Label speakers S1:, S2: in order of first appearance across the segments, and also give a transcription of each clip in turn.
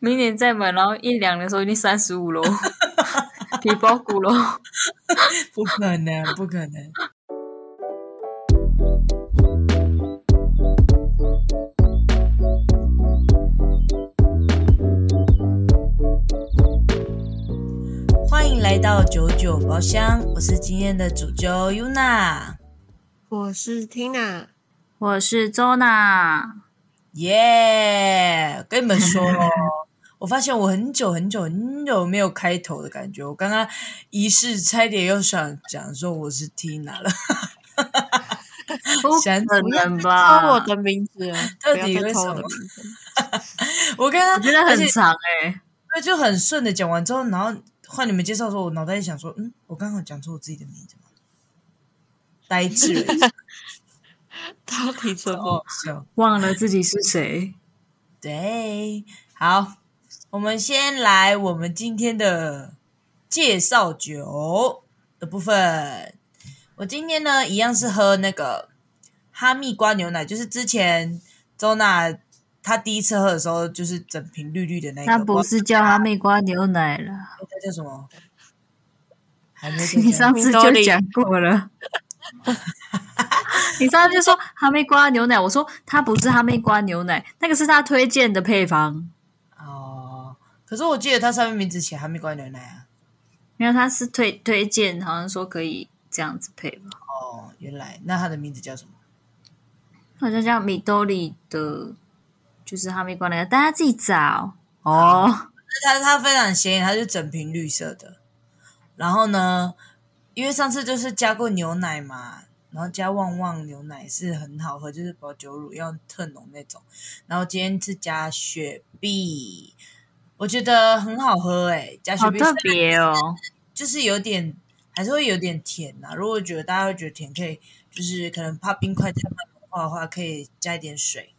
S1: 明年再买，然后一两的时候已经三十 五喽，皮包骨喽。
S2: 不可能，不可能。欢迎来到九九包厢，我是今天的主角 Yuna，
S3: 我是 Tina，
S1: 我是周娜，
S2: 耶跟你们说哦，我发现我很久很久很久没有开头的感觉，我刚刚一试差点又想讲说我是 Tina 了，
S1: 不
S2: 想
S1: 可能
S3: 不要再
S1: 吧？
S3: 抄我
S1: 我
S3: 的名 字了，
S2: 到
S3: 不
S2: 底
S3: 要
S2: 为
S3: 再
S2: 什
S3: 抄我
S2: 么
S3: 的名字。
S2: 我刚刚
S1: 觉得
S2: 而且
S1: 很长哎、
S2: 对，就很顺的讲完之后，然后换你们介绍的时候，我脑袋里想说，嗯，我刚刚有讲出我自己的名字吗？呆滞了一下，
S3: 到底怎
S2: 好
S3: 么？
S2: 好笑。
S1: 忘了自己是谁。
S2: 对，好，我们先来我们今天的介绍酒的部分。我今天呢，一样是喝那个哈密瓜牛奶，就是之前周娜她第一次喝的时候，就是整瓶绿绿的那一个，
S1: 那不是叫哈密瓜牛奶 了，
S2: 不知道它叫什么？还没
S1: 你
S2: 讲
S1: 上次就讲过 了。你上次就说哈密瓜牛奶，我说它不是哈密瓜牛奶，那个是他推荐的配方，
S2: 哦，可是我记得它上面名字写哈密瓜牛奶啊。
S1: 因为他是推推荐，好像说可以这样子配吧。
S2: 哦，原来那它的名字叫什么？
S1: 好像叫米兜里的，就是哈密瓜那个，大家自己找哦。
S2: 它它非常显眼，它是整瓶绿色的。然后呢，因为上次就是加过牛奶嘛，然后加旺旺牛奶是很好喝，就是保酒乳要特浓那种。然后今天是加雪碧，我觉得很好喝诶、加雪
S1: 好
S2: 碧
S1: 特
S2: 虽然
S1: 别 哦，
S2: 就是有点还是会有点甜呐、如果觉得大家会觉得甜，可以就是可能怕冰块太慢融化的话，可以加一点水。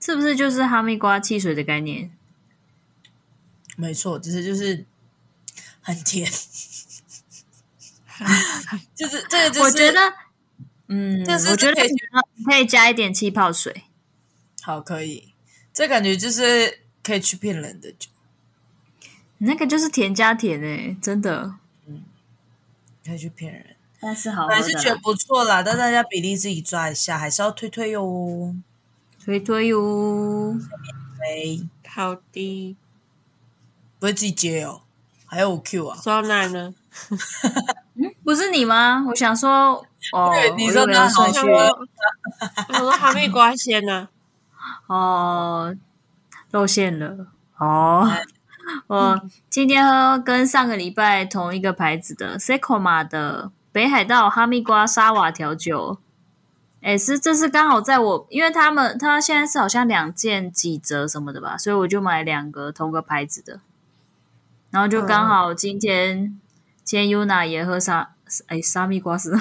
S1: 是不是就是哈密瓜汽水的概念？
S2: 没错，只是就是 很甜，就是这个就是
S1: 我觉得，嗯，
S2: 就是
S1: 我觉
S2: 可
S1: 得
S2: 以
S1: 你可以加一点气泡水，
S2: 好可以，这感觉就是可以去骗人的酒，
S1: 那个就是甜加甜诶、真的。
S2: 可以去骗人，
S1: 但是好
S2: 我
S1: 喝
S2: 还是觉
S1: 的
S2: 得
S1: 啦，
S2: 不错啦，但大家比例自己抓一下，还是要推推哟，
S1: 推推哟，
S2: 推
S3: 好的，
S2: 不会自己接哦，还有我 Q 啊，
S3: 酸奶呢？
S1: 不是你吗？我想说，哦，
S2: 对你说
S1: 我又没有
S2: 那好
S1: 顺
S3: 我
S1: 序
S3: 想说，我想说哈密瓜先呢、
S1: 哦，露馅了哦。 我今天喝跟上个礼拜同一个牌子的 Sekoma 的北海道哈密瓜沙瓦调酒，哎，是这是刚好在我，因为他们他现在是好像两件几折什么的吧，所以我就买两个同个牌子的，然后就刚好今天今天 Yuna 也喝沙哎沙蜜瓜是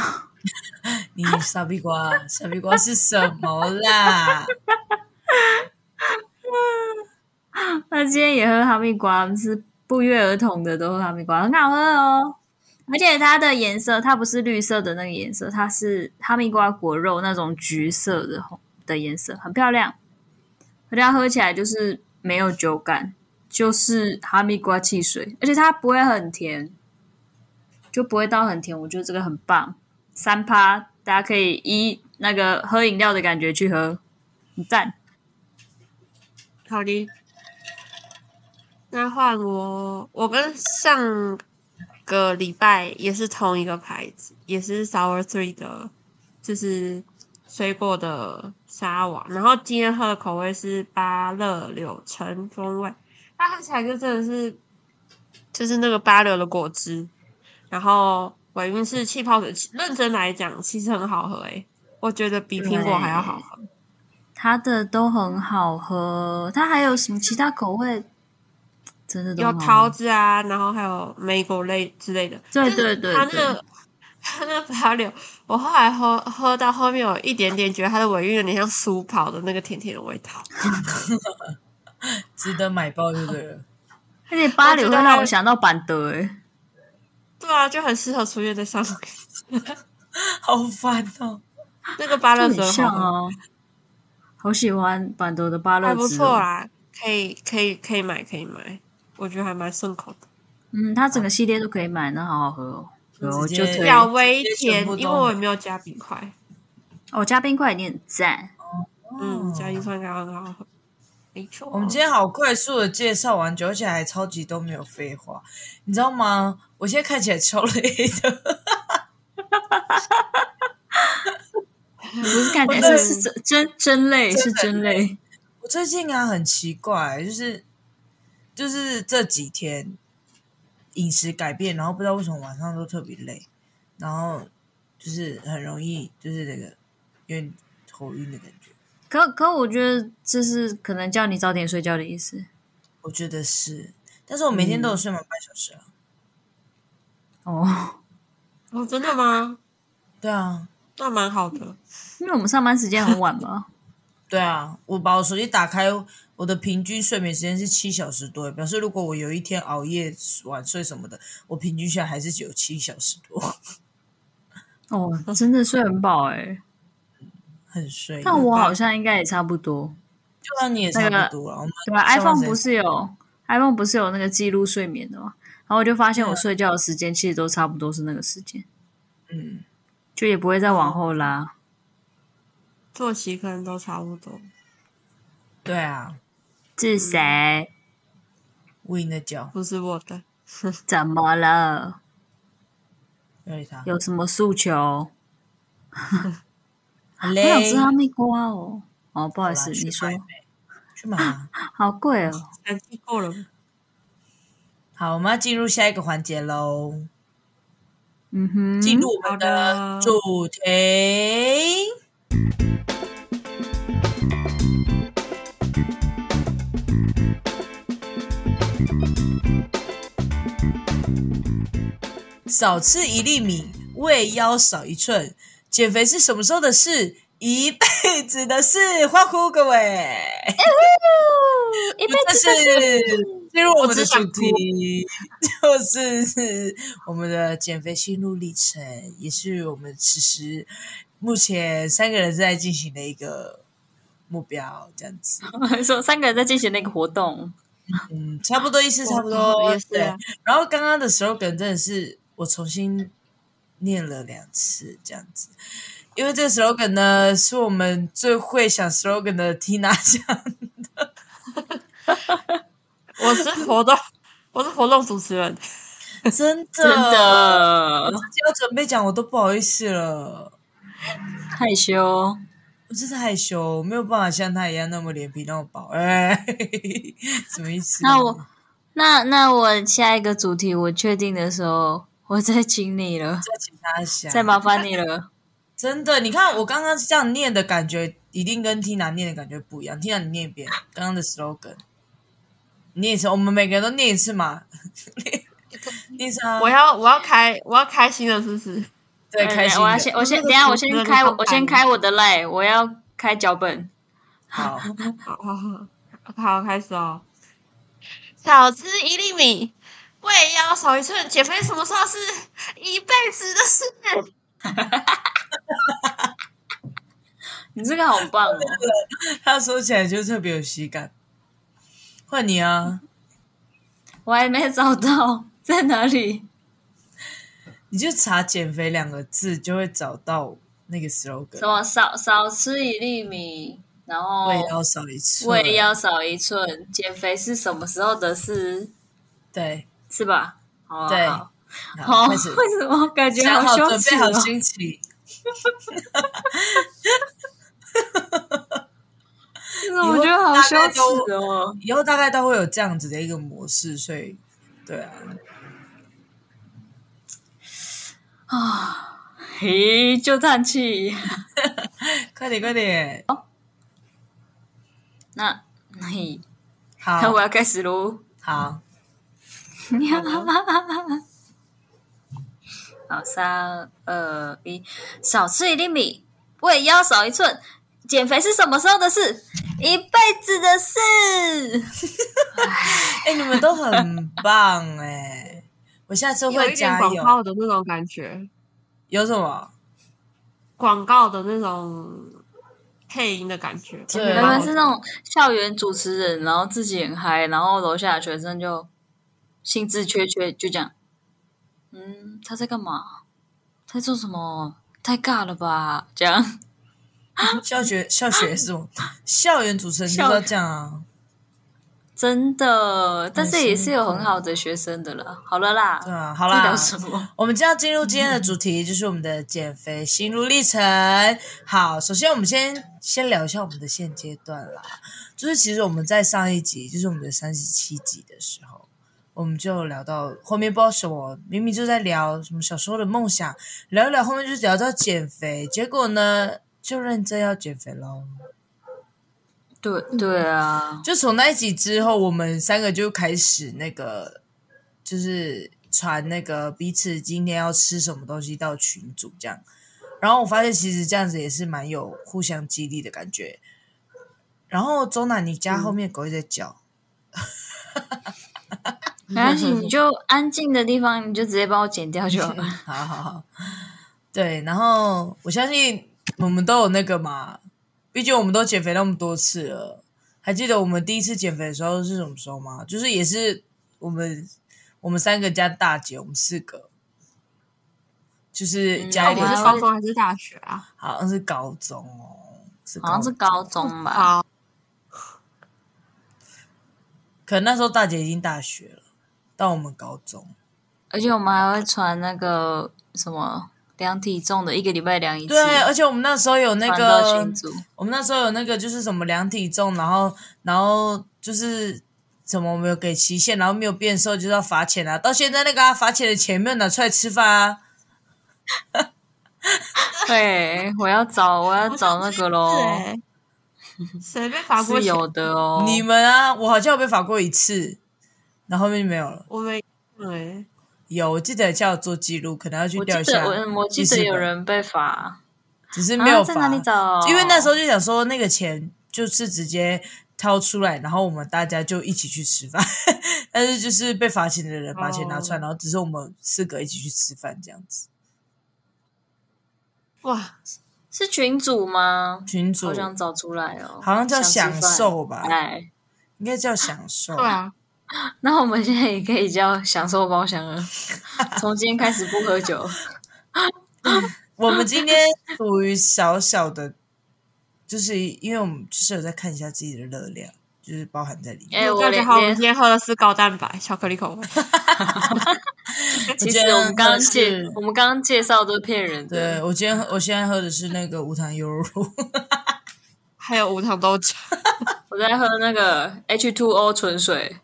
S2: 你傻逼瓜，傻逼瓜是什么啦？
S1: 那今天也喝哈密瓜，是不约而同的都喝哈密瓜，很好喝哦。而且它的颜色，它不是绿色的那个颜色，它是哈密瓜果肉那种橘色的红的颜色，很漂亮。而且它喝起来就是没有酒感，就是哈密瓜汽水，而且它不会很甜，就不会到很甜。我觉得这个很棒，三趴，大家可以依那个喝饮料的感觉去喝，很赞。
S3: 好的，那换我，我跟上个礼拜也是同一个牌子，也是 Sour Three 的，就是水果的沙瓦。然后今天喝的口味是芭乐柳橙风味，它喝起来就真的是就是那个芭乐的果汁，然后尾韵是气泡水。认真来讲，其实很好喝诶、我觉得比苹果还要好喝。
S1: 它的都很好喝，它还有什么其他口味？真的都
S3: 有
S1: 很好
S3: 桃
S1: 喝
S3: 子啊，然后还有莓果类之类的。
S1: 对
S3: 但是
S1: 对对
S3: 它那
S1: 对
S3: 个它那个白柳，我后来喝喝到后面有一点点觉得它的尾韵有点像苏跑的那个甜甜的味道。
S2: 值得买爆就对了。
S1: 而且八柳会让我想到板德欸诶、
S3: 对啊，就很适合出现在上面。
S2: 好烦哦！
S3: 那个芭
S1: 就
S3: 乐
S1: 很
S3: 子
S1: 像啊
S3: 好喝，
S1: 哦。好喜欢板德的芭乐
S3: 还
S1: 汁、哦，
S3: 不错啦。可以可以可以买可以买，我觉得还蛮顺口的。
S1: 嗯，它整个系列都可以买，那好好喝哦。对，我
S2: 直
S1: 就
S2: 接
S1: 推
S2: 对
S3: 小微
S2: 全
S3: 甜
S2: 部，都
S3: 因为我也没有加冰块，
S1: 哦，加冰块一定很赞。哦
S3: 嗯，加冰块刚刚好喝，没错。
S2: 我们今天好快速的介绍完，而且还超级都没有废话，你知道吗？我现在看起来超累的，
S1: 不是感觉
S2: 我对
S1: 哎是是真真真累，
S2: 真
S1: 是真累。
S2: 我最近啊很奇怪，就是就是这几天饮食改变，然后不知道为什么晚上都特别累，然后就是很容易就是那个有点头晕的感觉，
S1: 可可，我觉得这是可能叫你早点睡觉的意思。
S2: 我觉得是，但是我每天都有睡满半小时啊，
S1: 哦，
S3: 哦，真的吗？
S2: 对啊。
S3: 那蛮好的。
S1: 因为我们上班时间很晚嘛。
S2: 对啊，我把我手机打开，我的平均睡眠时间是七小时多，表示如果我有一天熬夜晚睡什么的，我平均下来还是只有七小时多，
S1: 哦，真的睡很饱哎、
S2: 很睡。
S1: 但我好像应该也差不多，
S2: 就算你也差不多了，我们
S1: 对吧、
S2: 上班
S1: i p h o n e
S2: 时间
S1: 不是有 iPhone 不是有那个记录睡眠的吗？然后我就发现我睡觉的时间其实都差不多是那个时间，
S2: 嗯，
S1: 就也不会再往后拉。
S3: 作息可能都差不多。
S2: 对啊，
S1: 是谁？
S2: 无影的脚，
S3: 不是我的，
S1: 怎么了？
S2: 不要理他。
S1: 有什么诉求？
S2: 好
S1: 我想
S2: 嘞
S1: 吃，哈密瓜哦。哦，不好意思，
S2: 好啦去
S1: 你说
S2: 买呗去买啊。
S1: 好贵哦。
S3: 三季够了吗，
S2: 好，我们要进入下一个环节喽，
S1: 嗯哼，
S2: 进入我们
S3: 好
S2: 的
S3: 的
S2: 主题。少吃一粒米，胃腰少一寸。减肥是什么时候的事？一辈子的事。欢呼各位！
S1: 一辈
S2: 这
S1: 子的
S2: 是进入我们的
S3: 我只想
S2: 主题，就是我们的减肥心路历程，也是我们此时目前三个人在进行的一个目标，这样 子。
S1: 说三个人在进行那个活动，
S2: 嗯，差不多意思，差不多
S3: 也是
S2: 对
S3: 啊。
S2: 然后刚刚的 slogan 真的是我重新念了两次，这样子。因为这个 slogan 呢，是我们最会想 slogan 的 Tina 讲，
S3: 我是活动， 我是活动主持人，
S2: 真的
S1: 真的
S2: 要准备讲，我都不好意思了。
S1: 害羞。
S2: 我真是害羞，我没有办法像他一样那么脸皮那么薄。哎、 什么意思？
S1: 那我那那我下一个主题我确定的时候，我再请你了，
S2: 再请他想，
S1: 再麻烦你了。
S2: 真的，你看我刚刚这样念的感觉，一定跟 Tina 念的感觉不一样。Tina，你念一遍刚刚的 slogan，你念一次，我们每个人都念一次嘛。 念一次啊！
S3: 我要我要开我要开心了，是不是？
S2: 对
S1: 哎
S2: 开心
S1: 我
S2: 的
S1: 要先，我先，
S3: 那个
S1: 等一下，
S3: 主
S1: 我
S3: 持
S1: 先
S3: 人
S1: 开，
S3: 的
S1: 我
S3: 风
S1: 我先
S3: 范
S1: 开我的 line，我要开脚本。
S2: 好，
S3: 好好好，好开始哦。少吃一粒米，胃腰少一寸，减肥什么时候是一辈子的事？
S1: 你这个好棒 哦！
S2: 他说起来就特别有喜感。换你啊！
S1: 我还没找到在哪里。
S2: 你就查“减肥”两个字，就会找到那个 slogan。
S1: 什
S3: 哦
S1: 么少少吃一粒米，然后
S2: 胃要少一次，
S1: 胃要少一寸，减肥是什么时候的事？
S2: 对，
S1: 是吧？好
S3: 哦
S1: 啊、
S2: 对
S1: 好
S2: 好
S1: 好，
S2: 开
S1: 为
S2: 始，
S1: 什么感觉
S2: 想
S1: 好
S2: 好
S1: 羞
S2: 准
S1: 耻、
S2: 备好
S1: 哦？
S2: 心情，
S1: 真的我觉得好羞耻哦。
S2: 以后大概都会有这样子的一个模式，所以对啊，
S1: 嘿，就叹气。
S2: 快点快点，
S1: 那嘿，
S2: 好
S1: 那我要开始喽。
S2: 好，
S1: 好，三二一，少吃一粒米，胃腰少一寸，减肥是什么时候的事？一辈子的事。
S2: 哎，你们都 很棒哎，我下次
S3: 有
S2: 会
S3: 一点
S2: 加
S3: 广
S2: 油。
S3: 告的那种感觉，
S2: 有什么？
S3: 广告的那种配音的感觉。
S2: 对
S3: 我觉
S1: 你
S3: 得蛮好
S1: 们是那种校园主持人，然后自己很嗨，然后楼下的学生就兴致缺缺，就这样。嗯，他在干嘛？他在做什么？太尬了吧？这样
S2: 校学校学是种 校园主持人就是要这样啊，
S1: 真的，但是也是有
S2: 辛苦
S1: 很好的学生的了。好了啦，
S2: 对啊，好
S1: 这
S2: 啦
S1: 聊，什么？
S2: 我们就要进入今天的主题，就是我们的减肥心路历程。好，首先我们先先聊一下我们的现阶段啦，就是其实我们在上一集，就是我们的三十七集的时候，我们就聊到后面不知道什么，明明就在聊什么小时候的梦想，聊一聊后面就聊到减肥，结果呢就认真要减肥喽。
S1: 对
S2: 嗯
S1: 对 啊，
S2: 就从那一集之后，我们三个就开始那个，就是传那个彼此今天要吃什么东西到群组这样。然后我发现其实这样子也是蛮有互相激励的感觉。然后周娜，你家后面狗一直在叫，
S1: 没关系，哎你就安静的地方，你就直接帮我剪掉就好了。
S2: 好好好，对。然后我相信我们都有那个嘛，毕竟我们都减肥那么多次了。还记得我们第一次减肥的时候是什么时候吗？就是也是我们我们三个加大姐，我们四个，就是加
S1: 嗯
S2: 一
S3: 我
S2: 点
S3: 是
S1: 啊
S3: 高中还是大学啊？
S2: 好像是高中哦，是
S1: 好像是
S2: 中
S1: 高中吧？
S3: 好，
S2: 可能那时候大姐已经大学了，到我们高中，
S1: 而且我们还会传那个什么量体重的，一个礼拜量一次，
S2: 对，而且我们那时候有那
S1: 传
S2: 个
S1: 到群组。
S2: 我们那时候有那个就是什么量体重，然后然后就是什么没有给期限，然后没有变瘦就是要罚钱啊。到现在那个、啊、罚钱的钱没有拿出来吃饭啊，
S1: 对，我要找我要找那个喽
S3: 是，欸谁被罚
S2: 欸
S3: 过
S1: 是
S3: 钱？
S1: 有的哦。
S2: 你们啊，我好像有被罚过一次，然后后面就没有了。
S3: 我没欸对，
S2: 有，我记得叫我做记录，可能要去
S1: 我
S2: 调一
S1: 记
S2: 下
S1: 得我我记
S2: 记事
S1: 得有
S2: 本
S1: 人被罚，
S2: 只是没
S1: 啊
S2: 有
S1: 在哪
S2: 罚，
S1: 里找？
S2: 因为那时候就想说那个钱就是直接掏出来，然后我们大家就一起去吃饭， 但是就是被罚钱的人把钱拿出来，
S3: 哦
S2: 然后只是我们四个一起去吃饭这样子。
S3: 哇，
S1: 是群主吗？
S2: 群主
S1: 好想找出来哦，
S2: 好像叫
S1: 想吃
S2: 享
S1: 饭
S2: 受吧
S1: 哎，
S2: 应该 叫享受，
S3: 对啊，
S1: 那我们现在也可以叫享受包厢 了，从今天开始不喝酒。
S2: 我们今天属于小小的，就是因为我们就是有在看一下自己的热量，就是包含在里面。
S1: 哎、我
S3: 大家
S1: 连
S3: 好，我们
S1: 连
S3: 今天喝的是高蛋白巧克力口味。
S1: 哎其实
S2: 觉得
S1: 我们刚刚
S2: 真
S1: 介
S2: 是
S1: 我们刚刚介绍都是骗人的，
S2: 对我今天我现在喝的是那个无糖优酪，
S3: 还有无糖豆浆，
S1: 我在喝那个 H two O 纯 水，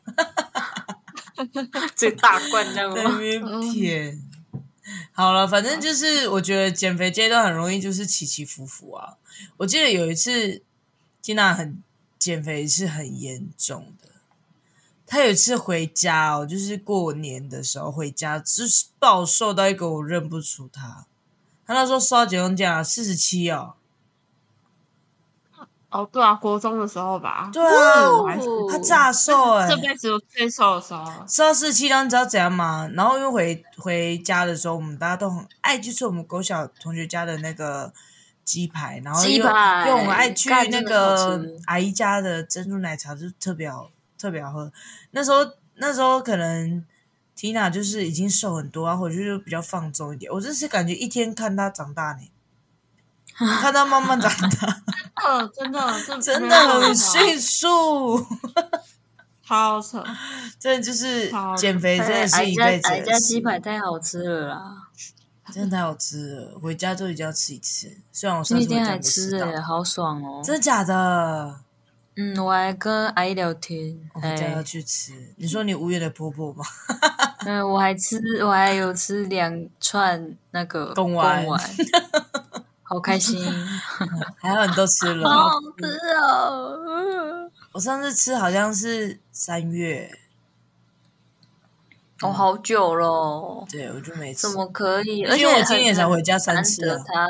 S1: 最大罐那
S2: 在
S1: 个
S2: 那
S1: 吗？
S2: 边骗。好了，反正就是我觉得减肥阶段很容易就是起起伏伏啊。我记得有一次，金娜很减肥是很严重的。她有一次回家哦，就是过年的时候回家，就是暴瘦到一个我认不出她。她那时候瘦到几公斤啊？四十七哦。
S3: 哦，对啊，国中的时候吧，
S2: 对啊，
S3: 我还是
S2: 她炸瘦哎、
S3: 这辈子我最瘦的时候，啊
S2: 知道四十七张，你知道怎样吗？然后因为回回家的时候，我们大家都很爱去吃我们狗小同学家的那个鸡排，然后又
S1: 鸡排
S2: 因为我们爱去
S1: 干
S2: 那
S1: 真的好
S2: 个
S1: 吃
S2: 阿姨家的珍珠奶茶，就特别好特别好喝。那时候那时候可能 Tina 就是已经瘦很多啊，回去就比较放纵一点。我真是感觉一天看她长大 呢，看她慢慢长大，
S3: 呃，真的，真
S2: 真
S3: 没
S2: 的
S3: 办法
S2: 很迅 速。
S3: 超扯，
S2: 真的就是
S3: 好
S2: 减肥，真的是
S1: 哎
S2: 一
S1: 家
S2: 辈子
S1: 哎
S2: 的
S1: 家鸡
S2: 事。
S1: 排太好吃了啦，
S2: 真的太好吃了，回家就一定要吃一次。虽然我上
S1: 那
S2: 次回
S1: 天
S2: 家
S1: 还
S2: 没
S1: 吃
S2: 到
S1: 哎、，好爽哦！
S2: 真的假的？
S1: 嗯，我还跟阿姨聊天，
S2: 我回家要
S1: 哎，
S2: 去吃。你说你无缘的婆婆吗？
S1: 嗯，我还吃，我还有吃两串那个
S2: 贡丸
S1: 丸， 好开心，
S2: 还好你都吃
S1: 好
S2: 了
S1: 好。吃哦！嗯
S2: 我上次吃好像是三月，
S1: 哦，好久咯，
S2: 对我就没吃
S1: 怎。么可以？而
S2: 因
S1: 且
S2: 为我
S1: 很
S2: 今年才回家三
S1: 难
S2: 次
S1: 得
S2: 啊。
S1: 他，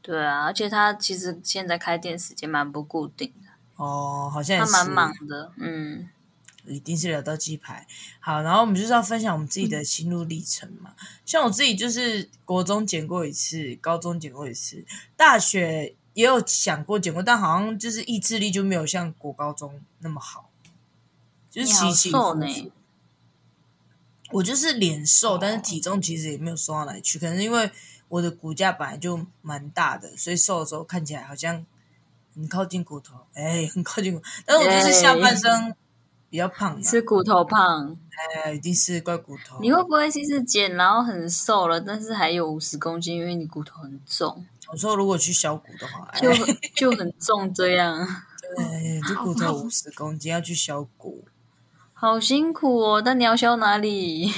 S1: 对啊，而且他其实现在开店时间蛮不固定的，
S2: 哦，好像也
S1: 他
S2: 是。
S1: 蛮忙的，嗯，
S2: 一定是聊到鸡排。好，然后我们就是要分享我们自己的
S1: 嗯
S2: 心路历程嘛。像我自己就是国中减过一次，高中减过一次，大学也有想过减过，但好像就是意志力就没有像国高中那么好，就是
S1: 你
S2: 起
S1: 好
S2: 起
S1: 瘦
S2: 伏
S1: 呢，哦
S2: 伏。我就是脸瘦，但是体重其实也没有瘦到哪里去，可能是因为我的骨架本来就蛮大的，所以瘦的时候看起来好像很靠近骨头，哎、很靠近骨。但是我就是下半身比较胖嘛，
S1: 吃骨头胖。
S2: 哎，一定是怪骨头。
S1: 你会不会其实减然后很瘦了，但是还有五十公斤，因为你骨头很重，
S2: 我说如果去削骨的话，哎
S1: 就 就很重这样，
S2: 对，这骨头五十公斤要去削骨，
S1: 好辛苦哦。但你要消哪里？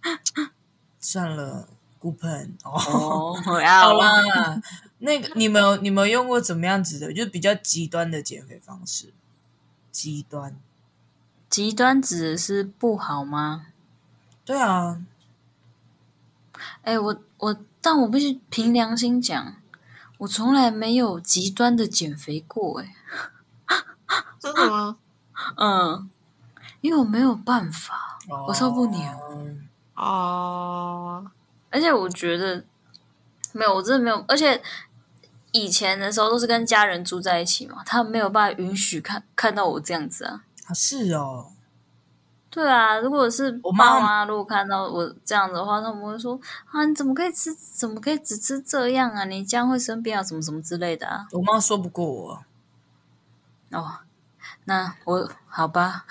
S2: 算了，骨盆哦。
S1: 哦，
S2: 好
S1: 好了，
S2: 啦，那个你们有你们有用过怎么样子的，就是比较极端的减肥方式？极端，
S1: 极端指的是不好吗？
S2: 对啊，
S1: 哎、我我，但我必须凭良心讲，我从来没有极端的减肥过、哎，
S3: 真的吗？
S1: 嗯，因为我没有办法，我受不了
S2: 哦。
S3: 哦，
S1: 而且我觉得没有，我真的没有，而且以前的时候都是跟家人住在一起嘛，他们没有办法允许看看到我这样子啊。
S2: 啊，是哦，
S1: 对啊，如果是
S2: 我妈
S1: 爸妈如果看到我这样子的话，他们会说啊，你怎么可以吃，怎么可以只吃这样啊？你这样会生病啊，什么什么之类的啊。
S2: 我妈说不过我，
S1: 哦，那我好吧，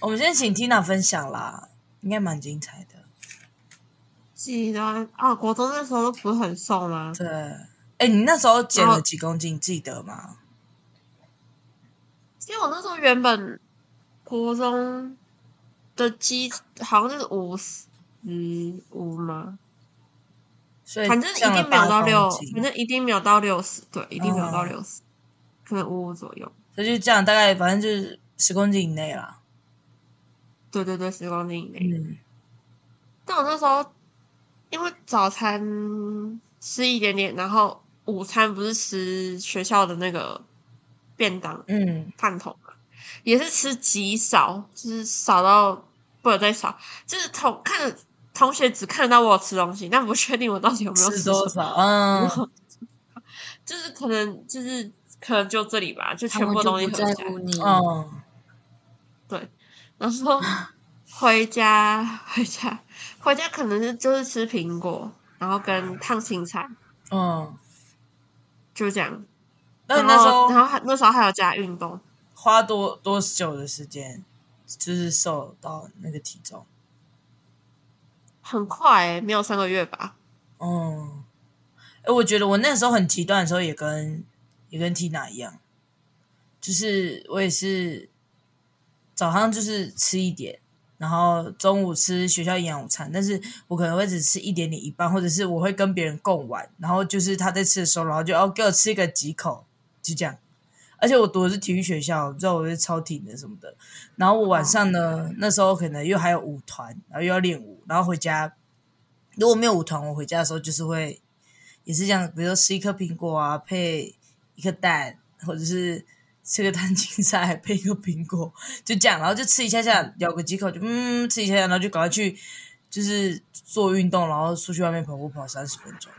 S2: 我们先请 Tina 分享啦，应该蛮精彩的。
S3: 极端哦，国中那时候不是很瘦吗？
S2: 对，哎，你那时候减了
S3: 哦
S2: 几公斤，你记得吗？
S3: 因为我那时候原本国中的基好像是五十五嘛，
S2: 所以
S3: 反正一
S2: 降了
S3: 定没有
S2: 8
S3: 到六
S2: 公，斤
S3: 反正一定没有到六十，对，一定没有到
S2: 嗯
S3: 六十、可能五五左右。
S2: 所以就这样，大概反正就是十公斤以内啦。
S3: 对对对，十公斤以内。
S2: 嗯，
S3: 但我那时候因为早餐吃一点点，然后午餐不是吃学校的那个便当
S2: 嗯，
S3: 饭桶嘛，也是吃极少，就是少到不能再少，就是同看着同学只看得到我有吃东西，但不确定我到底有没有
S2: 吃
S3: 吃什
S2: 多
S3: 么
S2: 少？嗯，
S3: 就是可能就是可能就这里吧，就
S1: 他
S3: 全
S1: 们
S3: 部
S1: 就
S3: 东西
S1: 不
S3: 合
S1: 在
S3: 起来
S1: 乎，你。
S2: 嗯，
S3: 对，然后回家 回家回家可能是就是吃苹果，然后跟烫青菜。
S2: 嗯，
S3: 就这样。
S2: 那
S3: 然
S2: 你那时
S3: 后，然
S2: 候
S3: 后还呃那时候还有加运动，
S2: 花多多久的时间，就是瘦到那个体重？
S3: 很快、欸，没有三个月吧？
S2: 嗯，哎，我觉得我那时候很极端的时候，也跟也跟 Tina 一样，就是我也是早上就是吃一点，然后中午吃学校营养午餐，但是我可能会只吃一点点一半，或者是我会跟别人共碗，然后就是他在吃的时候，然后就哦给我吃一个几口，就这样。而且我读的是体育学校，你知道我是超体能什么的。然后我晚上
S1: 哦
S2: 呢，那时候可能又还有舞团，然后又要练舞，然后回家如果没有舞团，我回家的时候就是会也是这样，比如说吃一颗苹果啊，配一颗蛋，或者是吃个蛋青菜配一个苹果，就这样，然后就吃一下下，咬个几口就嗯吃一下下，然后就赶快去就是做运动，然后出去外面跑步跑三十分钟，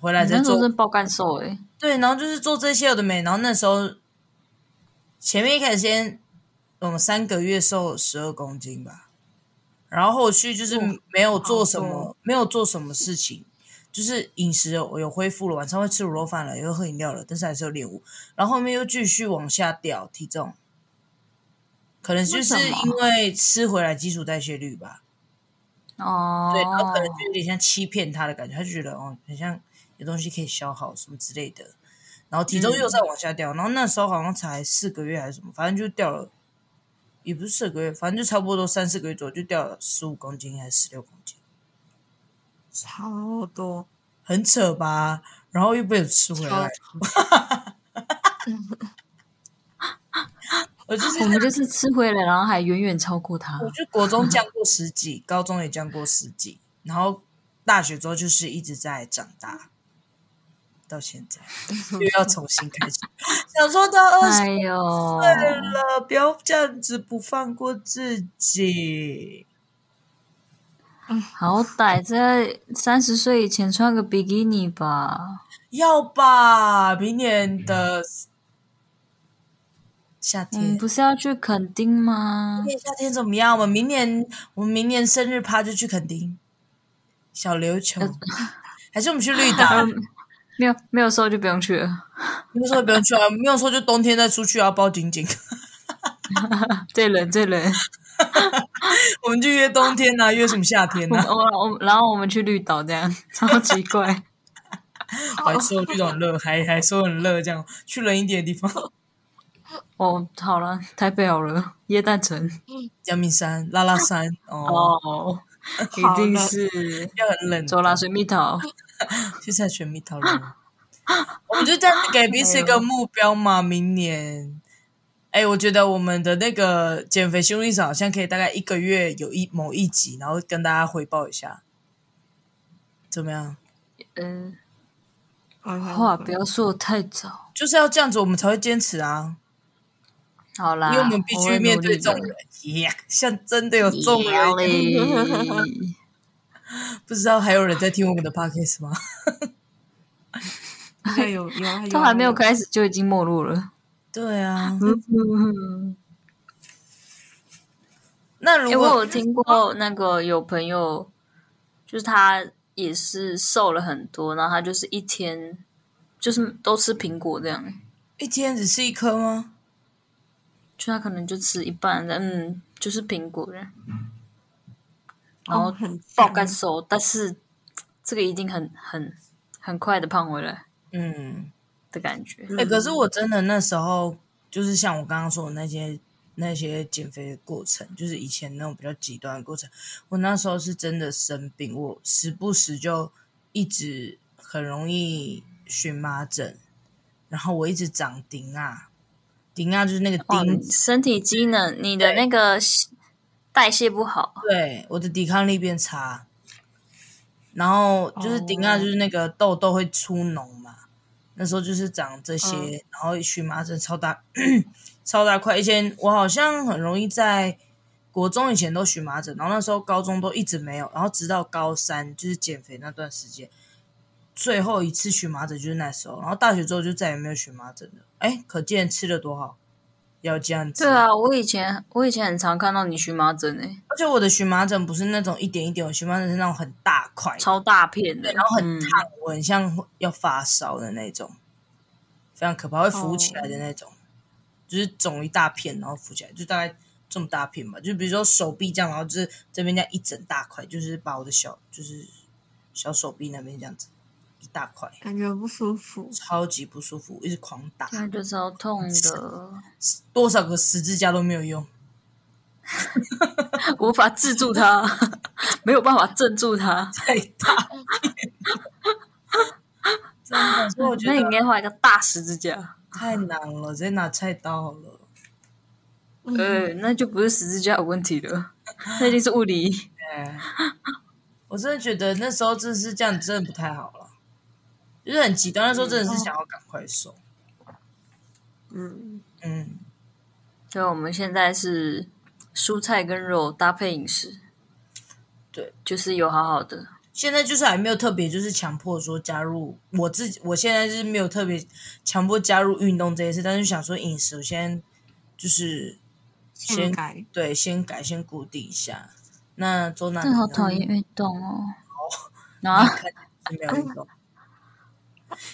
S2: 回来
S1: 你
S2: 再
S1: 那时
S2: 做
S1: 候真的爆干瘦哎、
S2: 对，然后就是做这些有的没，然后那时候前面一开始先我们三个月瘦十二公斤吧，然后后续就是没有做什
S3: 好
S1: 哦
S2: 么，没有做什么事情，就是饮食有有恢复了，晚上会吃卤肉饭了，也会喝饮料了，但是还是有练舞，然后后面又继续往下掉体重，可能就
S1: 为
S2: 是
S1: 什么
S2: 因为吃回来基础代谢率吧，
S1: 哦，
S2: 对，然后可能就有点像欺骗他的感觉，他就觉得哦，很像有东西可以消耗什么之类的，然后体重又再往下掉，然后那时候好像才四个月还是什么，反正就掉了，也不是四个月，反正就差不多三四个月左右就掉了十五公斤还是十六公斤，
S3: 超多，
S2: 很扯吧？然后又被我吃回
S3: 超
S2: 来， 我就是
S1: 我们就是吃回来，然后还远远超过他
S2: 我。就国中降过十几，高中也降过十几，然后大学之后就是一直在长大，到现 在又要重新开始，想说到二十
S1: 哎呦，
S2: 岁了，不要这样子不放过自己。
S1: 好歹在三十岁以前穿个比基尼吧。
S2: 要吧？明年的夏
S1: 我
S2: 天，
S1: 嗯们不是要去垦丁吗
S2: 明？年夏天怎么样？我们明年，我们明年生日趴就去垦丁，小琉球，
S1: 呃
S2: 还是我们去绿 岛？
S1: 啊没有没有收就不用去了。
S2: 没有说不用去啊，没有说就冬天再出去啊，包紧紧。
S1: 对冷对冷，
S2: 我们就约冬天啊，约什么夏天
S1: 我们
S2: 啊？
S1: 我我们然后我们去绿岛这样，超奇怪。
S2: 白痴，我绿岛很热，还还说很热，这样去冷一点的地方，
S1: 哦，好了，台北好了，耶诞城
S2: 阳明山、拉拉山哦，
S1: 哦，一
S3: 好
S1: 定
S3: 了
S1: 是
S2: 要很冷。
S1: 走啦，水蜜桃。
S2: 现在全蜜桃了。我们就这样给彼此一个目标嘛，明年。哎，我觉得我们的那个减肥心路历程好像可以大概一个月有一某一集，然后跟大家汇报一下，怎么样？
S1: 嗯、
S3: 好好
S1: 话
S3: 好
S1: 不要说得太早。
S2: 就是要这样子，我们才会坚持啊，
S1: 好啦，
S2: 因为我们必
S1: 啊会
S2: 须
S1: 努
S2: 面对
S1: 力
S2: 这种
S1: 的
S2: 人。耶，像真的有这种人，
S1: 聊嘞
S2: 不知道还有人在听我们的 podcast 吗？
S3: 应 该有有啊，
S1: 都还没有
S3: 开，
S1: 开始就已经没落了。
S2: 对啊，
S1: 嗯，
S2: 那 如
S1: 因为我
S2: 果
S1: 有听过那个有朋友，就是他也是瘦了很多，然后他就是一天就是都吃苹果这样，
S2: 一天只吃一颗吗？
S1: 就他可能就吃一半的，嗯，就是苹果这样，然
S3: 哦
S1: 后
S3: 很
S1: 爆
S3: 强
S1: 干瘦，但是这个一定很很很快的胖回来
S2: 嗯，
S1: 的感觉。
S2: 哎、可是我真的那时候就是像我刚刚说的那些那些减肥的过程，就是以前那种比较极端的过程。我那时候是真的生病，我时不时就一直很容易荨麻疹，然后我一直长顶啊，顶啊就是那个
S1: 哇，
S2: 钉
S1: 哦你
S2: 子，
S1: 身体机能，你的那个代谢不好，
S2: 对，我的抵抗力变差。然后
S1: 哦
S2: 就是顶啊，就是那个痘痘会出脓嘛，那时候就是长这些，
S3: 嗯
S2: 然后荨麻疹超大 超大块。以前我好像很容易在国中以前都荨麻疹，然后那时候高中都一直没有，然后直到高三就是减肥那段时间，最后一次荨麻疹就是那时候，然后大学之后就再也没有荨麻疹了。哎，可见吃的多好，要这样子。
S1: 对啊，我以前我以前很常看到你荨麻疹欸诶，
S2: 而且我的荨麻疹不是那种一点一点，我荨麻疹是那种很大块的，
S1: 超大片的，
S2: 然后很
S1: 嗯
S2: 烫，我很像要发烧的那种，非常可怕，会浮起来的那种，就是肿一大片，然后浮起来，就大概这么大片吧。就比如说手臂这样，然后就是这边这样一整大块，就是把我的小就是小手臂那边这样子一大块，
S3: 感觉不舒服，
S2: 超级不舒服，一直狂打，
S1: 那就超痛的，
S2: 多少个十字架都没有用。
S1: 无法制住它， 没有办法镇住它。
S2: 太 大片了， 真的，所以我觉
S1: 那你应
S2: 得
S1: 该画一个大十字架，
S2: 太难了，直接拿菜刀好了。
S3: 嗯，
S1: 呃，那就不是十字架有问题了，那一定是物 理。
S2: 哎，我真的觉得那时候真的是这样，真的不太好了，就是很极端。那时候真的是想要赶快瘦，
S3: 嗯，
S2: 嗯，
S1: 所以我们现在是蔬菜跟肉搭配饮食，
S2: 对，
S1: 就是有好好的，
S2: 现在就是还没有特别就是强迫说加入我自己，我现在就是没有特别强迫加入运动这件事，但是想说饮食，我先就是先
S3: 先改，
S2: 对先改先固定一下。那周南
S1: 真的好
S2: 你呢
S1: 讨厌运动哦。啊，
S2: 是没有运动，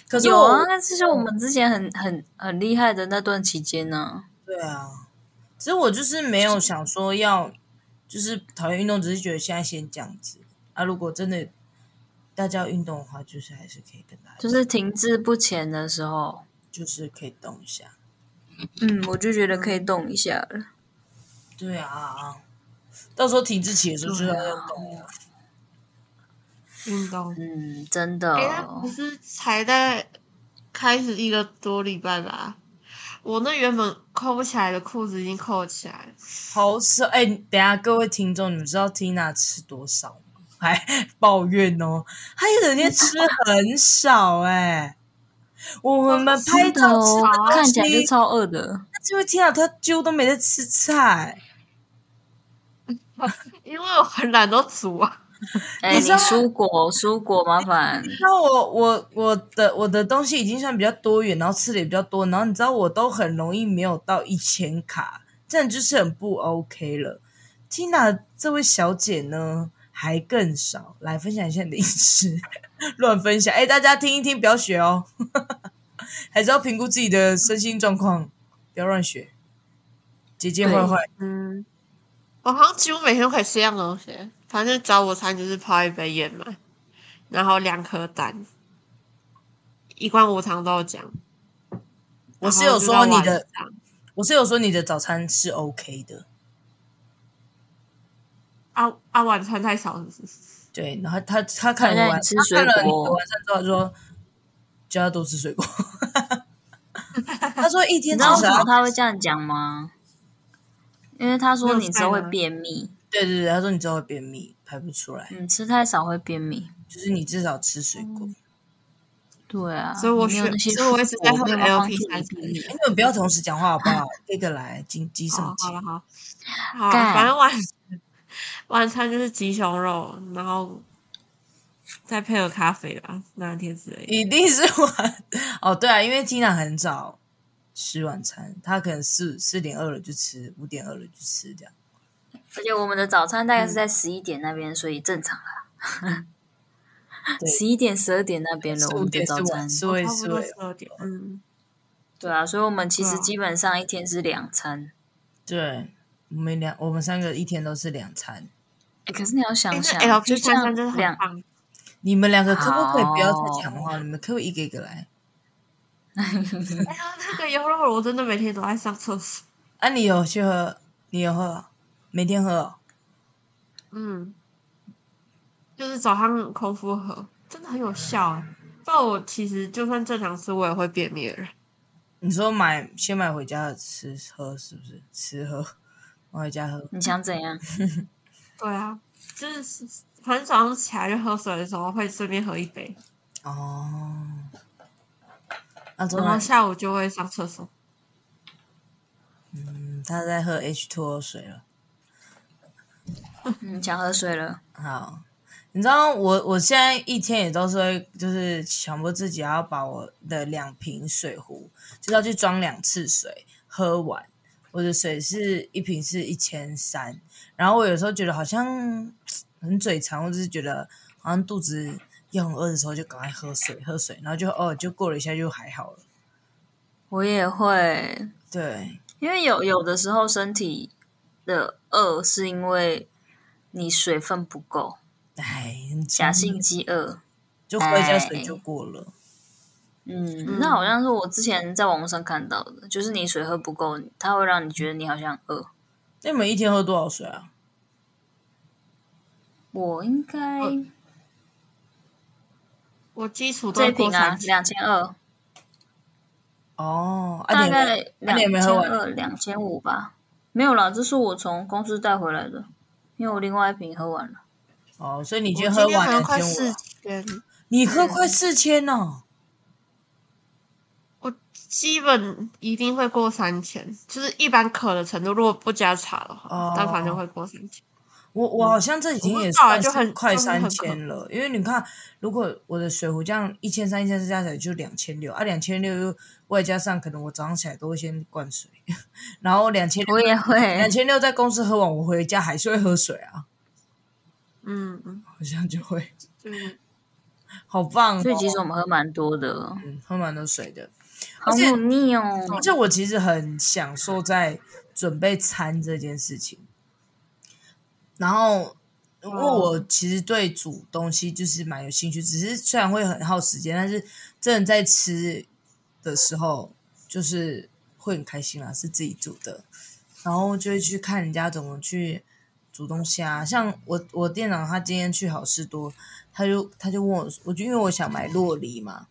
S2: 可是
S1: 有
S2: 我
S1: 啊，那这是我们之前很很很厉害的那段期间呢、
S2: 对啊，其实我就是没有想说要，就是讨厌运动，只是觉得现在先这样子啊。如果真的大家要运动的话，就是还是可以跟大家，
S1: 就是停滞不前的时候，
S2: 就是可以动一下。
S1: 嗯，我就觉得可以动一下了。
S2: 对啊，到时候停滞期的时候就是要动啊。
S3: 运动，
S1: 嗯，真的
S3: 哎、那不是才在开始一个多礼拜吧？我那原本扣不起来的裤子已经扣起来了，
S2: 好瘦哎、等一下各位听众，你们知道 Tina 吃多少吗？ 还抱怨哦，她一整天吃很少哎、我们拍
S1: 真的
S2: 照
S1: 哦
S2: 吃的，
S1: 看起来
S2: 东
S1: 就
S2: 西
S1: 超饿的。
S2: 这位天啊，他几乎都没在吃菜，
S3: 因为我很懒得煮啊，
S1: 哎，
S2: 你
S1: 你
S2: 知道
S1: 蔬果蔬果麻烦，
S2: 那我我我的我的东西已经算比较多元，然后吃的也比较多，然后你知道我都很容易没有到一千卡，这样就是很不 OK 了。Tina 这位小姐呢，还更少，来分享一下你的饮食， 乱分享，哎、大家听一听，不要学哦， 还是要评估自己的身心状况，不要乱学，姐姐坏坏，
S3: 嗯，我好像几乎每天都可以吃一样东西，反正早午餐就是泡一杯燕麦，然后两颗蛋，一罐无糖豆浆。
S2: 我是
S3: 然后
S2: 有
S3: 就
S2: 说
S3: 到
S2: 你
S3: 晚
S2: 的
S3: 上
S2: 我是有说你的早餐是 OK 的，
S3: 啊啊，晚餐太少了，是不是
S2: 对，然后他他看
S1: 那
S2: 了
S1: 你
S2: 晚，
S1: 吃
S2: 他
S1: 水
S2: 看了你
S1: 果
S2: 的晚餐之后他说，叫他多吃水果。 他说一
S1: 你
S2: 天
S1: 知
S2: 至
S1: 道为什
S2: 少
S1: 么，他会这样讲吗？因为他说
S3: 没有啊
S1: 你之后
S3: 菜
S1: 会
S3: 吗
S1: 便秘，
S2: 对对对，他说你之后会便秘，排不出来，
S1: 嗯，吃太少会便秘。
S2: 就是你至少吃水果。
S1: 对啊，
S3: 所以我
S1: 你没有
S3: 选
S1: 那些
S3: 所以我一直在
S1: 水果
S3: 喝
S1: 没有办法
S3: LP
S1: 帮助
S3: 三
S1: 你
S2: 哎，你们不要同时讲话好不好？一个来，急急什么
S3: 哦，
S2: 急
S3: 好？ 了好，好，
S1: 干
S3: 反正晚晚餐就是鸡胸肉，然后再配合咖啡吧，拿铁之类的。
S2: 一定是晚哦，对啊，因为 Tina 很早吃晚餐，她可能四四点饿了就吃，五点饿了就吃这样。
S1: 而且我们的早餐大
S3: 嗯
S1: 概是在十一点那边，所以正常啦。
S2: 对
S1: 十一点、十二点那边了，
S2: 四
S1: 我
S2: 五
S1: 们的
S2: 点
S1: 早
S2: 是
S1: 餐
S2: 晚，。是会
S3: 哦差不
S2: 是
S3: 多
S2: 会
S3: 十，二点，嗯，
S1: 对啊，所以我们其实
S3: 对啊
S1: 基本上一天是两餐。
S2: 对，我们两我们三个一天都是两餐。
S1: 哎，可是你要想
S3: 哎
S1: 想，
S3: 那
S1: 就
S3: LP 三
S1: 像
S3: 三真的很
S1: 两
S3: 棒，
S2: 你们两个可不可以不要再讲话？你们可不可以一个一个来？
S3: 哎呀，那个优酪乳我真的每天都在上厕所。
S2: 啊，你有去喝？你有喝哦？每天喝哦？
S3: 嗯，就是早上空腹喝，真的很有效哎、不然我其实就算正常吃，我也会便秘的人。
S2: 你说买先买回家吃喝是不是？吃喝，买回家喝。
S1: 你想怎样？
S3: 对啊，就是反正早上起来就喝水的时候会顺便喝一杯，
S2: 哦，那昨
S3: 然后
S2: 晚
S3: 下午就会上厕所。
S2: 嗯，他在喝 H two O 水了。
S1: 嗯，想喝水了。
S2: 好，你知道我我现在一天也都是会，就是强迫自己要把我的两瓶水壶，就是要去装两次水喝完。我的水是一瓶是一千三，然后我有时候觉得好像很嘴馋，或者是觉得好像肚子要很饿的时候，就赶快喝水喝水，然后就哦就过了一下就还好了。
S1: 我也会，
S2: 对，
S1: 因为有有的时候身体的饿是因为你水分不够，
S2: 哎，很
S1: 假
S2: 馋
S3: 嗯
S1: 性饥饿。
S2: 就喝一下水就过了。
S1: 嗯，
S3: 嗯
S1: 那好像是我之前在网络上看到的，就是你水喝不够，它会让你觉得你好像饿。
S2: 那你们一天喝多少水啊？
S1: 我应该
S3: 哦我基础都
S1: 这
S3: 是
S1: 一
S3: 过
S1: 瓶啊
S3: 三，千，
S1: 两千二，
S2: 哦，啊
S1: 大
S2: 你们
S1: 概
S2: 啊你有
S1: 两
S2: 没有
S1: 千
S2: 喝完
S1: 二、两千五吧。没有啦，这是我从公司带回来的，因为我另外一瓶喝完了。
S2: 哦，所以你
S3: 我
S2: 已经
S3: 今
S2: 喝
S3: 天
S2: 完
S3: 好像
S2: 两
S3: 快
S2: 千五
S3: 四
S2: 了，
S3: 千，
S2: 你喝快四千哦，
S3: 我基本一定会过三千，就是一般渴的程度，如果不加茶的
S2: 哦
S3: 话，但反正会过三千。
S2: 我我好像这已经
S3: 我
S2: 也
S3: 喝
S2: 算
S3: 完就很
S2: 是快
S3: 就是
S2: 三
S3: 很
S2: 千了，因为你看，如果我的水壶这样一千三、一千四加起来就两千六啊，两千六又外加上可能我早上起来都会先灌水， 然后两千
S1: 我也
S2: 两
S1: 会，
S2: 千六在公司喝完，我回家还是会喝水啊，
S3: 嗯嗯，
S2: 好像就会
S3: 就是
S2: 好棒、哦，
S1: 所以其实我们喝蛮多的，
S2: 嗯喝蛮多水的，
S1: 好忤逆哦。
S2: 而且我其实很享受在准备餐这件事情。然后，因为我其实对煮东西就是蛮有兴趣，只是虽然会很耗时间，但是真的在吃的时候就是会很开心啦，是自己煮的，然后就会去看人家怎么去煮东西啊。像我我店长他今天去好事多，他就他就问我，我就因为我想买洛梨嘛，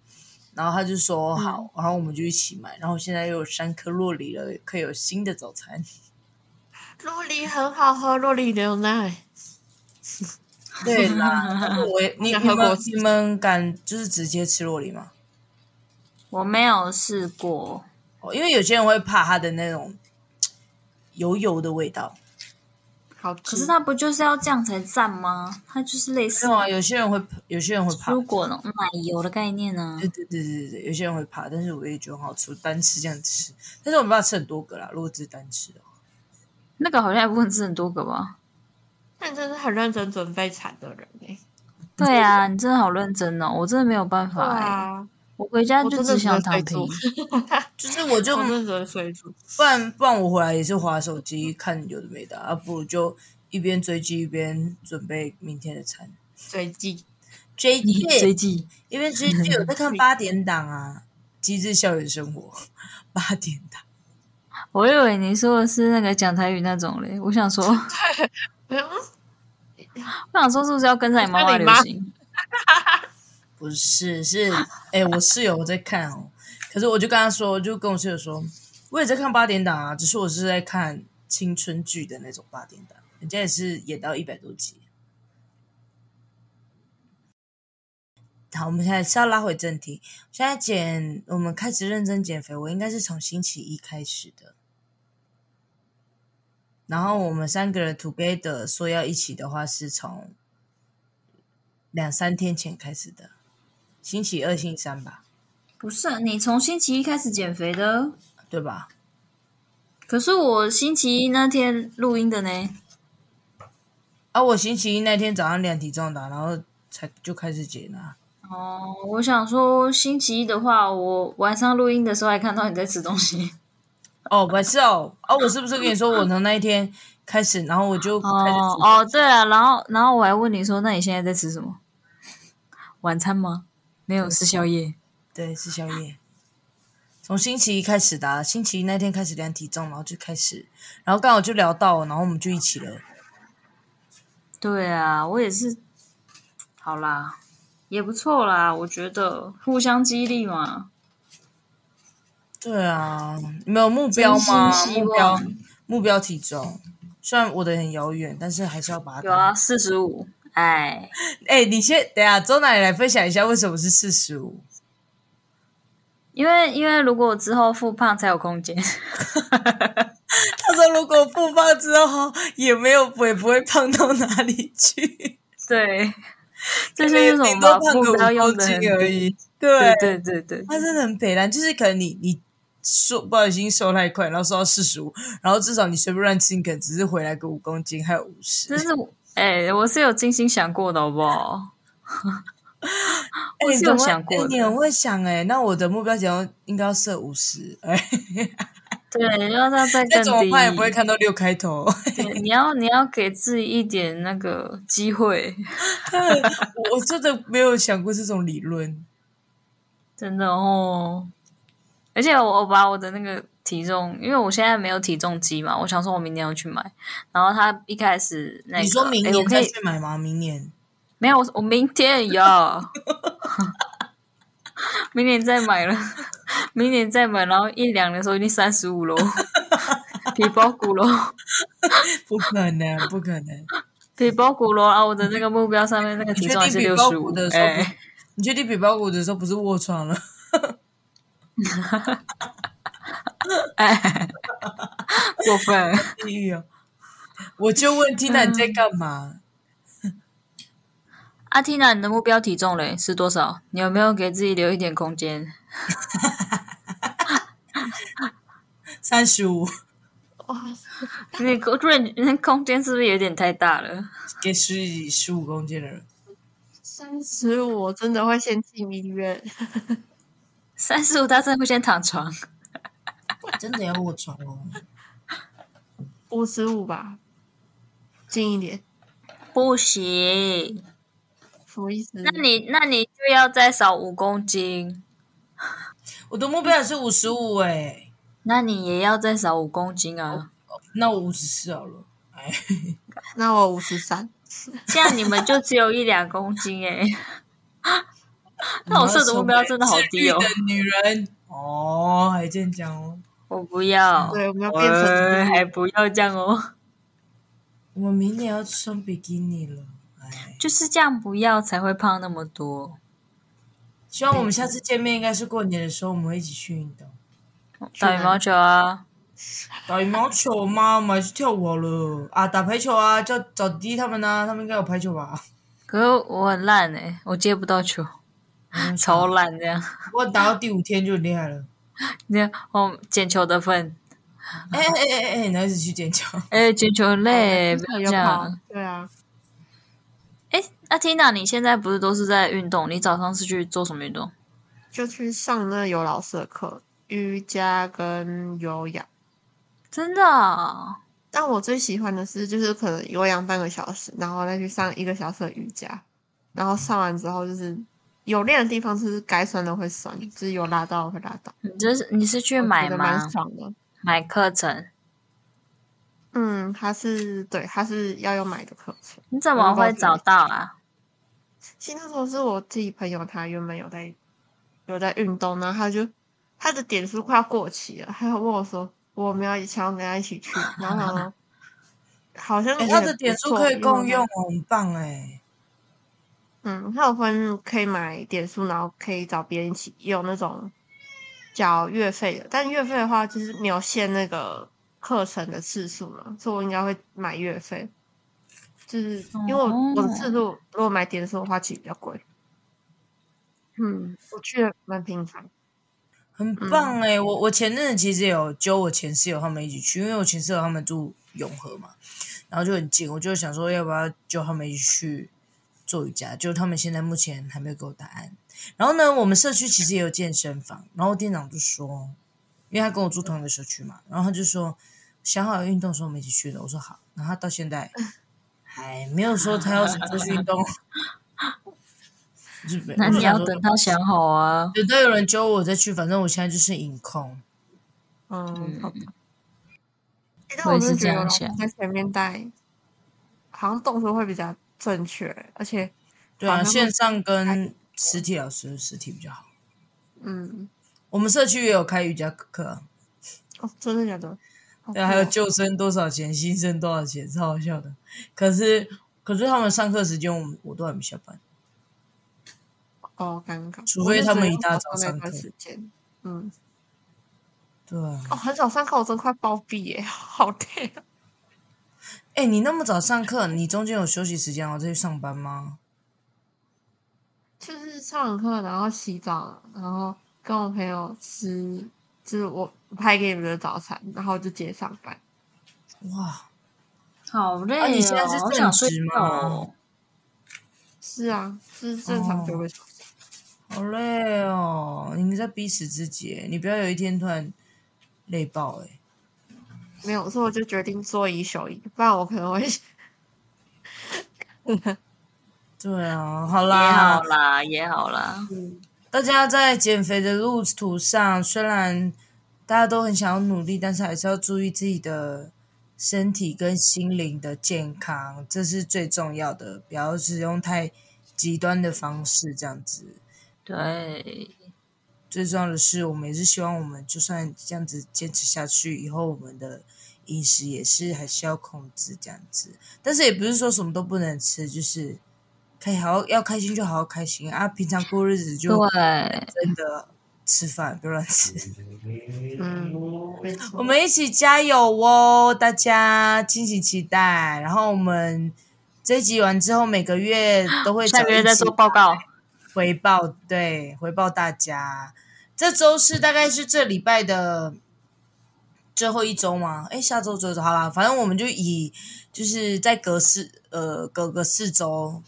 S2: 然后他就说好，然后我们就一起买，然后现在又有三颗洛梨了，可以有新的早餐。
S3: 洛梨很好喝，洛梨牛奶。
S2: 对啦，但是我也你
S3: 想
S2: 你
S3: 喝果
S2: 们
S3: 汁
S2: 你们敢就是直接吃洛梨吗？
S1: 我没有试过，
S2: 哦，因为有些人会怕它的那种嘖油油的味道。
S3: 好
S1: 可
S3: 吃。
S1: 是它不就是要这样才赞吗？它就是类似
S2: 没有啊，啊有些人会，有些人会怕。
S1: 蔬果那种奶油的概念啊呢、
S2: 对对对对对，有些人会怕，但是我也觉得很好吃，我单吃这样吃。但是我没办法吃很多个啦，如果只是单吃的话。
S1: 那个好像也不能吃很多个吧？
S3: 但真是很认真准备产的人哎、
S1: 对啊，你真的好认真哦，我真的没有办法哎、
S3: 啊，
S1: 我回家
S3: 我
S1: 就
S3: 真的
S1: 只
S3: 只能
S1: 想躺
S3: 睡
S1: 平
S3: 猪。
S2: 就是我就
S3: 我认真水煮。
S2: 不然不然我回来也是划手机看有的没的啊，啊不如就一边追剧一边准备明天的餐。
S3: 随机
S2: 追
S1: 你
S2: 剧
S1: 最，近
S2: 因为追剧我在看八点档啊，《机智校园生活》八点档。
S1: 我以为你说的是那个讲台语那种嘞，我想说，我
S3: 嗯，
S1: 想说是不是要跟上你妈妈流行？
S2: 不是，是哎、我室友我在看哦，可是我就跟他说，我就跟我室友说，我也在看八点档啊，只是我是在看青春剧的那种八点档，人家也是演到一百多集。好，我们现在是要拉回正题。现在减，我们开始认真减肥，我应该是从星期一开始的。然后我们三个人 together 说要一起的话，是从两三天前开始的，星期二、星期三吧，
S1: 不是，啊你从星期一开始减肥的，
S2: 对吧？
S1: 可是我星期一那天录音的呢。
S2: 啊，我星期一那天早上量体重的啊，然后才就开始减啊。
S1: 哦，我想说星期一的话，我晚上录音的时候还看到你在吃东西。
S2: 哦，不是哦，哦，我是不是跟你说我从那一天开始，然后我就开始
S1: 哦哦，对了，然后然后我还问你说，那你现在在吃什么？晚餐吗？没有，是宵夜。
S2: 对吃宵夜，从星期一开始的、啊，星期一那天开始量体重，然后就开始，然后刚好就聊到，然后我们就一起了。
S1: 对啊，我也是。好啦，也不错啦，我觉得互相激励嘛。
S2: 对啊，你们有目标吗
S1: 真？心希
S2: 目标
S1: 望
S2: 目标体重，虽然我的很遥远，但是还是要把它
S1: 有啊，四十五。哎，
S2: 哎、你先等一下，周奶奶来分享一下为什么是四十五？
S1: 因为因为如果我之后复胖才有空 间。
S2: 她说如果不胖之后也没有也不会胖到哪里去，
S1: 对，这就是为什
S2: 顶
S1: 么
S2: 多
S1: 把
S2: 哎胖
S1: 目
S2: 个
S1: 标
S2: 五
S1: 用
S2: 公
S1: 的
S2: 斤
S1: 很
S2: 而
S1: 低。
S2: 已。对
S1: 对，对对对，
S2: 她真的很赔然，就是可能你你瘦不小心瘦太快，然后瘦到四十五，然后至少你随便乱吃，你可能只是回来个五公斤，还有五
S1: 真
S2: 十。
S1: 是我哎、我是有精心想过的，好不好？
S2: 哎
S1: 我
S2: 你
S1: 是有
S2: 很会
S1: 想过
S2: 哎
S1: 的
S2: 你很会想哎、那我的目标体重应该要设五十，哎，
S1: 对，要要再
S2: 那
S1: 更
S2: 怎么
S1: 低
S2: 胖也不会看到六开头。
S1: 对你要你要给自己一点那个机会，
S2: 我真的没有想过这种理论。
S1: 真的哦。而且我我把我的那个体重，因为我现在没有体重机嘛，我想说我明年要去买。然后他一开始那个，
S2: 你说明
S1: 哎我
S2: 年
S1: 可
S2: 再
S1: 以
S2: 去买吗？明年？
S1: 没有，我 我明天要，明年再买了，明年再买，然后一两的时候已经三十五 喽，皮包骨喽。
S2: 不可能，不可能！
S1: 比包骨咯，啊，我的那个目标上面那个体重还是
S2: 你确
S1: 六
S2: 定比包
S1: 十
S2: 骨
S1: 五
S2: 的，时候不
S1: 哎，
S2: 你确定比包骨的时候不是卧 床了？
S1: 过分。
S2: 地狱
S1: 啊
S2: 哦！我就问 Tina
S1: 嗯
S2: 你在干嘛？
S1: 阿缇啊娜，你的目标体重嘞是多少？你有没有给自己留一点空间？
S2: 三十五，
S3: 哇，
S1: 你空那空间是不是有点太大了？
S2: 给十十五公斤 的人，
S3: 三十五我真的会先进医院。
S1: 三十五，他真的会先躺床。
S2: 真的要卧床哦！
S3: 五十五吧，近一点，
S1: 不行，
S3: 什么意思？
S1: 那你那你就要再少五公斤，
S2: 我的目标也是五十五哎，
S1: 那你也要再少五公斤
S3: 哦
S1: 啊，
S2: 那我五十四好了。哎，
S3: 那我五十三，
S1: 这样你们就只有一两公斤哎、 那我设的目标真的好低哦
S2: 自律的女人哦，还这样讲哦。
S1: 我不要，
S3: 对，我们要变成
S1: 喂
S3: 自律
S1: 还不要这样哦。
S2: 我明年要穿比基尼了，哎，
S1: 就是这样，不要才会胖那么多。
S2: 希望我们下次见面应该是过年的时候，我们会一起去运动。
S1: 打羽毛球啊，
S2: 打羽毛球吗？我们还是跳舞好了啊！打排球啊，叫找迪迪他们呢、他们应该有排球吧？
S1: 可是我很烂哎、我接不到球，
S3: 嗯
S1: 超烂这样。
S2: 我打到第五天就很厉害了。
S1: 你看，哦，捡球的份，
S2: 哎哎哎哎哎，哪一次去捡球？
S1: 哎、捡球很累，不要
S3: 有
S1: 这
S3: 跑
S1: 样。，
S3: 对啊，
S1: 哎、那 Tina，你现在不是都是在运动？你早上是去做什么运动？
S3: 就去上那有老师的课，瑜伽跟有氧。
S1: 真的啊、
S3: 但我最喜欢的是，就是可能有氧半个小时，然后再去上一个小时的瑜伽，然后上完之后就是有练的地方，就是该酸的会酸，就是有拉到会拉到，
S1: 你这是你是去
S3: 我
S1: 买
S3: 觉得蛮
S1: 吗？
S3: 爽的。
S1: 买课程？
S3: 嗯，它是对，它是要有买的课程。
S1: 你怎么会找到啊？
S3: 其实那时候是我自己朋友，他原本有在有在运动，然后他就他的点数快要过期了，他就问我说：“我们要想要跟他一起去。”然后 我想说好像
S2: 哎、
S3: 也
S2: 他的
S3: 不
S2: 点数
S3: 错
S2: 可以
S3: 因为我
S2: 共
S3: 们
S2: 用哦，很棒哎、
S3: 嗯，它有分可以买点数，然后可以找别人一起，也有那种缴月费的。但月费的话，就是没有限那个课程的次数嘛，所以我应该会买月费。就是因为我我的次数，如果买点数的话，其实比较贵。嗯，我去的蛮频繁。
S2: 很
S1: 嗯
S2: 棒哎、我我前阵子其实有揪我前室友他们一起去，因为我前室友他们住永和嘛，然后就很近，我就想说要不要揪他们一起去做瑜伽，就他们现在目前还没有给我答案。然后呢，我们社区其实也有健身房，然后店长就说，因为他跟我住同一个社区嘛，然后他就说想好要运动的时候我们一起去的，我说好，然后他到 现在还没有说他要什么时候去运动。就没
S1: 那你要
S2: 我就想说
S1: 等他想好啊。
S2: 等到有人揪我再去，反正我现在就是影控。
S3: 嗯，好吧。欸但
S1: 我
S3: 我
S1: 也
S3: 真的
S1: 是
S3: 觉
S1: 这
S3: 得
S1: 样
S3: 有老师
S1: 想
S3: 在前面带，好像动作会比较正确，而且
S2: 对啊，
S3: 好那么
S2: 线上跟实体老师实体比较好。
S3: 嗯，
S2: 我们社区也有开瑜伽课啊，
S3: 哦，真的假的？好
S2: 对啊，还有
S3: 酷哦
S2: 救生多少钱，新生多少钱，超好笑的。可是可是他们上课时间我们我都还没下班，
S3: 哦，尴尬。
S2: 除
S3: 我
S2: 非
S3: 就
S2: 他
S3: 只
S2: 们
S3: 有
S2: 一大
S3: 早
S2: 早
S3: 上那
S2: 上
S3: 段
S2: 课
S3: 时间，嗯，
S2: 对啊。
S3: 哦，很少上课，我真快暴毙耶， 好累啊！
S2: 哎、你那么早上课，你中间有休息时间然后再去上班吗？
S3: 就是上完课，然后洗澡，然后跟我朋友吃，就是我拍给你们的早餐，然后就直接上班。
S2: 哇，
S1: 好累哦！
S2: 啊你现在是
S1: 好想
S2: 正
S1: 睡
S2: 职
S1: 觉
S2: 吗
S1: 哦。
S3: 是啊，是正常九个小时。
S2: 好累哦！你们在逼死自己耶，你不要有一天突然累爆哎。
S3: 没
S2: 哦
S3: 有，所以我就决定做一休一，不然我可能会
S2: 对啊，好
S1: 也
S2: 啦
S1: 好，啦，也好啦。
S2: 大家在减肥的路途上，虽然大家都很想要努力，但是还是要注意自己的身体跟心灵的健康，这是最重要的。不要使用太极端的方式，这样子。
S1: 对，
S2: 最重要的是，我们也是希望我们就算这样子坚持下去，以后我们的饮食也是还是要控制这样子。但是也不是说什么都不能吃，就是可以好好要开心就好好开心啊，平常过日
S1: 嗯
S2: 子就
S1: 对，啊
S2: 真的吃饭不要乱吃。
S3: 嗯，没错
S2: 我们一起加油哦，大家敬请期待。然后我们这一集完之后，每个月都会
S1: 啊下
S2: 找
S1: 个月
S2: 一
S1: 再
S2: 集
S1: 做报告。
S2: 回报，对，回报大家。这周是大概是这礼拜的最后一周吗？哎，下周最后一周好啦，反正我们就以就是在隔四呃隔个四周，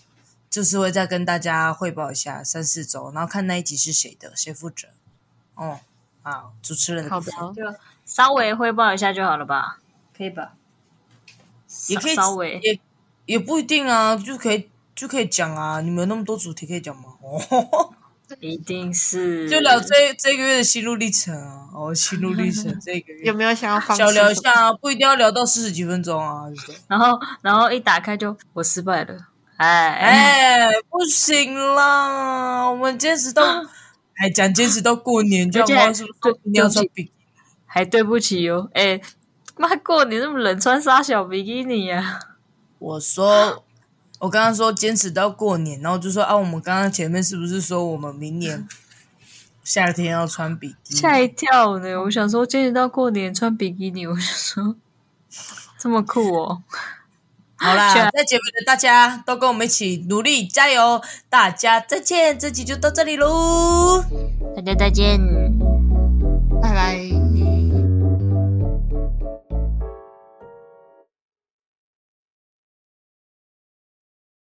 S2: 就是会再跟大家汇报一下三四周，然后看那一集是谁的，谁负责。哦，好，主持人的
S3: 好
S2: 部
S3: 的
S2: 分，
S1: 就稍微汇报一下就好了吧？可以吧？
S2: 也可以
S1: 稍微
S2: 也也不一定啊，就可以就可以讲啊。你们有那么多主题可以讲吗？ 哦，
S1: 一定是
S2: 就聊这这个月的心路历程啊，哦，心路历程这个
S3: 有
S2: 月
S3: 没有想要放
S2: 小
S3: 弃
S2: 聊一
S3: 什么
S2: 下啊，不一定要聊到四十几分钟啊，对不对？
S1: 然后然后一打开就我失败了， 哎
S2: 哎，不行啦，我们坚持 到，哎，讲坚持到过年，就
S1: 而且
S2: 好是不
S1: 对
S2: 是一定要穿
S1: 对
S2: 比基尼？
S1: 还对不起哟、哎妈过你那么冷穿纱小比基尼啊呀、
S2: 我说，我刚刚说坚持到过年，然后就说啊，我们刚刚前面是不是说我们明年夏天要穿比基尼，
S1: 吓一跳呢！我想说，今年到过年穿比基尼，我就说这么酷哦。
S2: 好啦，在结尾的大家都跟我们一起努力加油，大家再见，这集就到这里喽。
S1: 大家再见。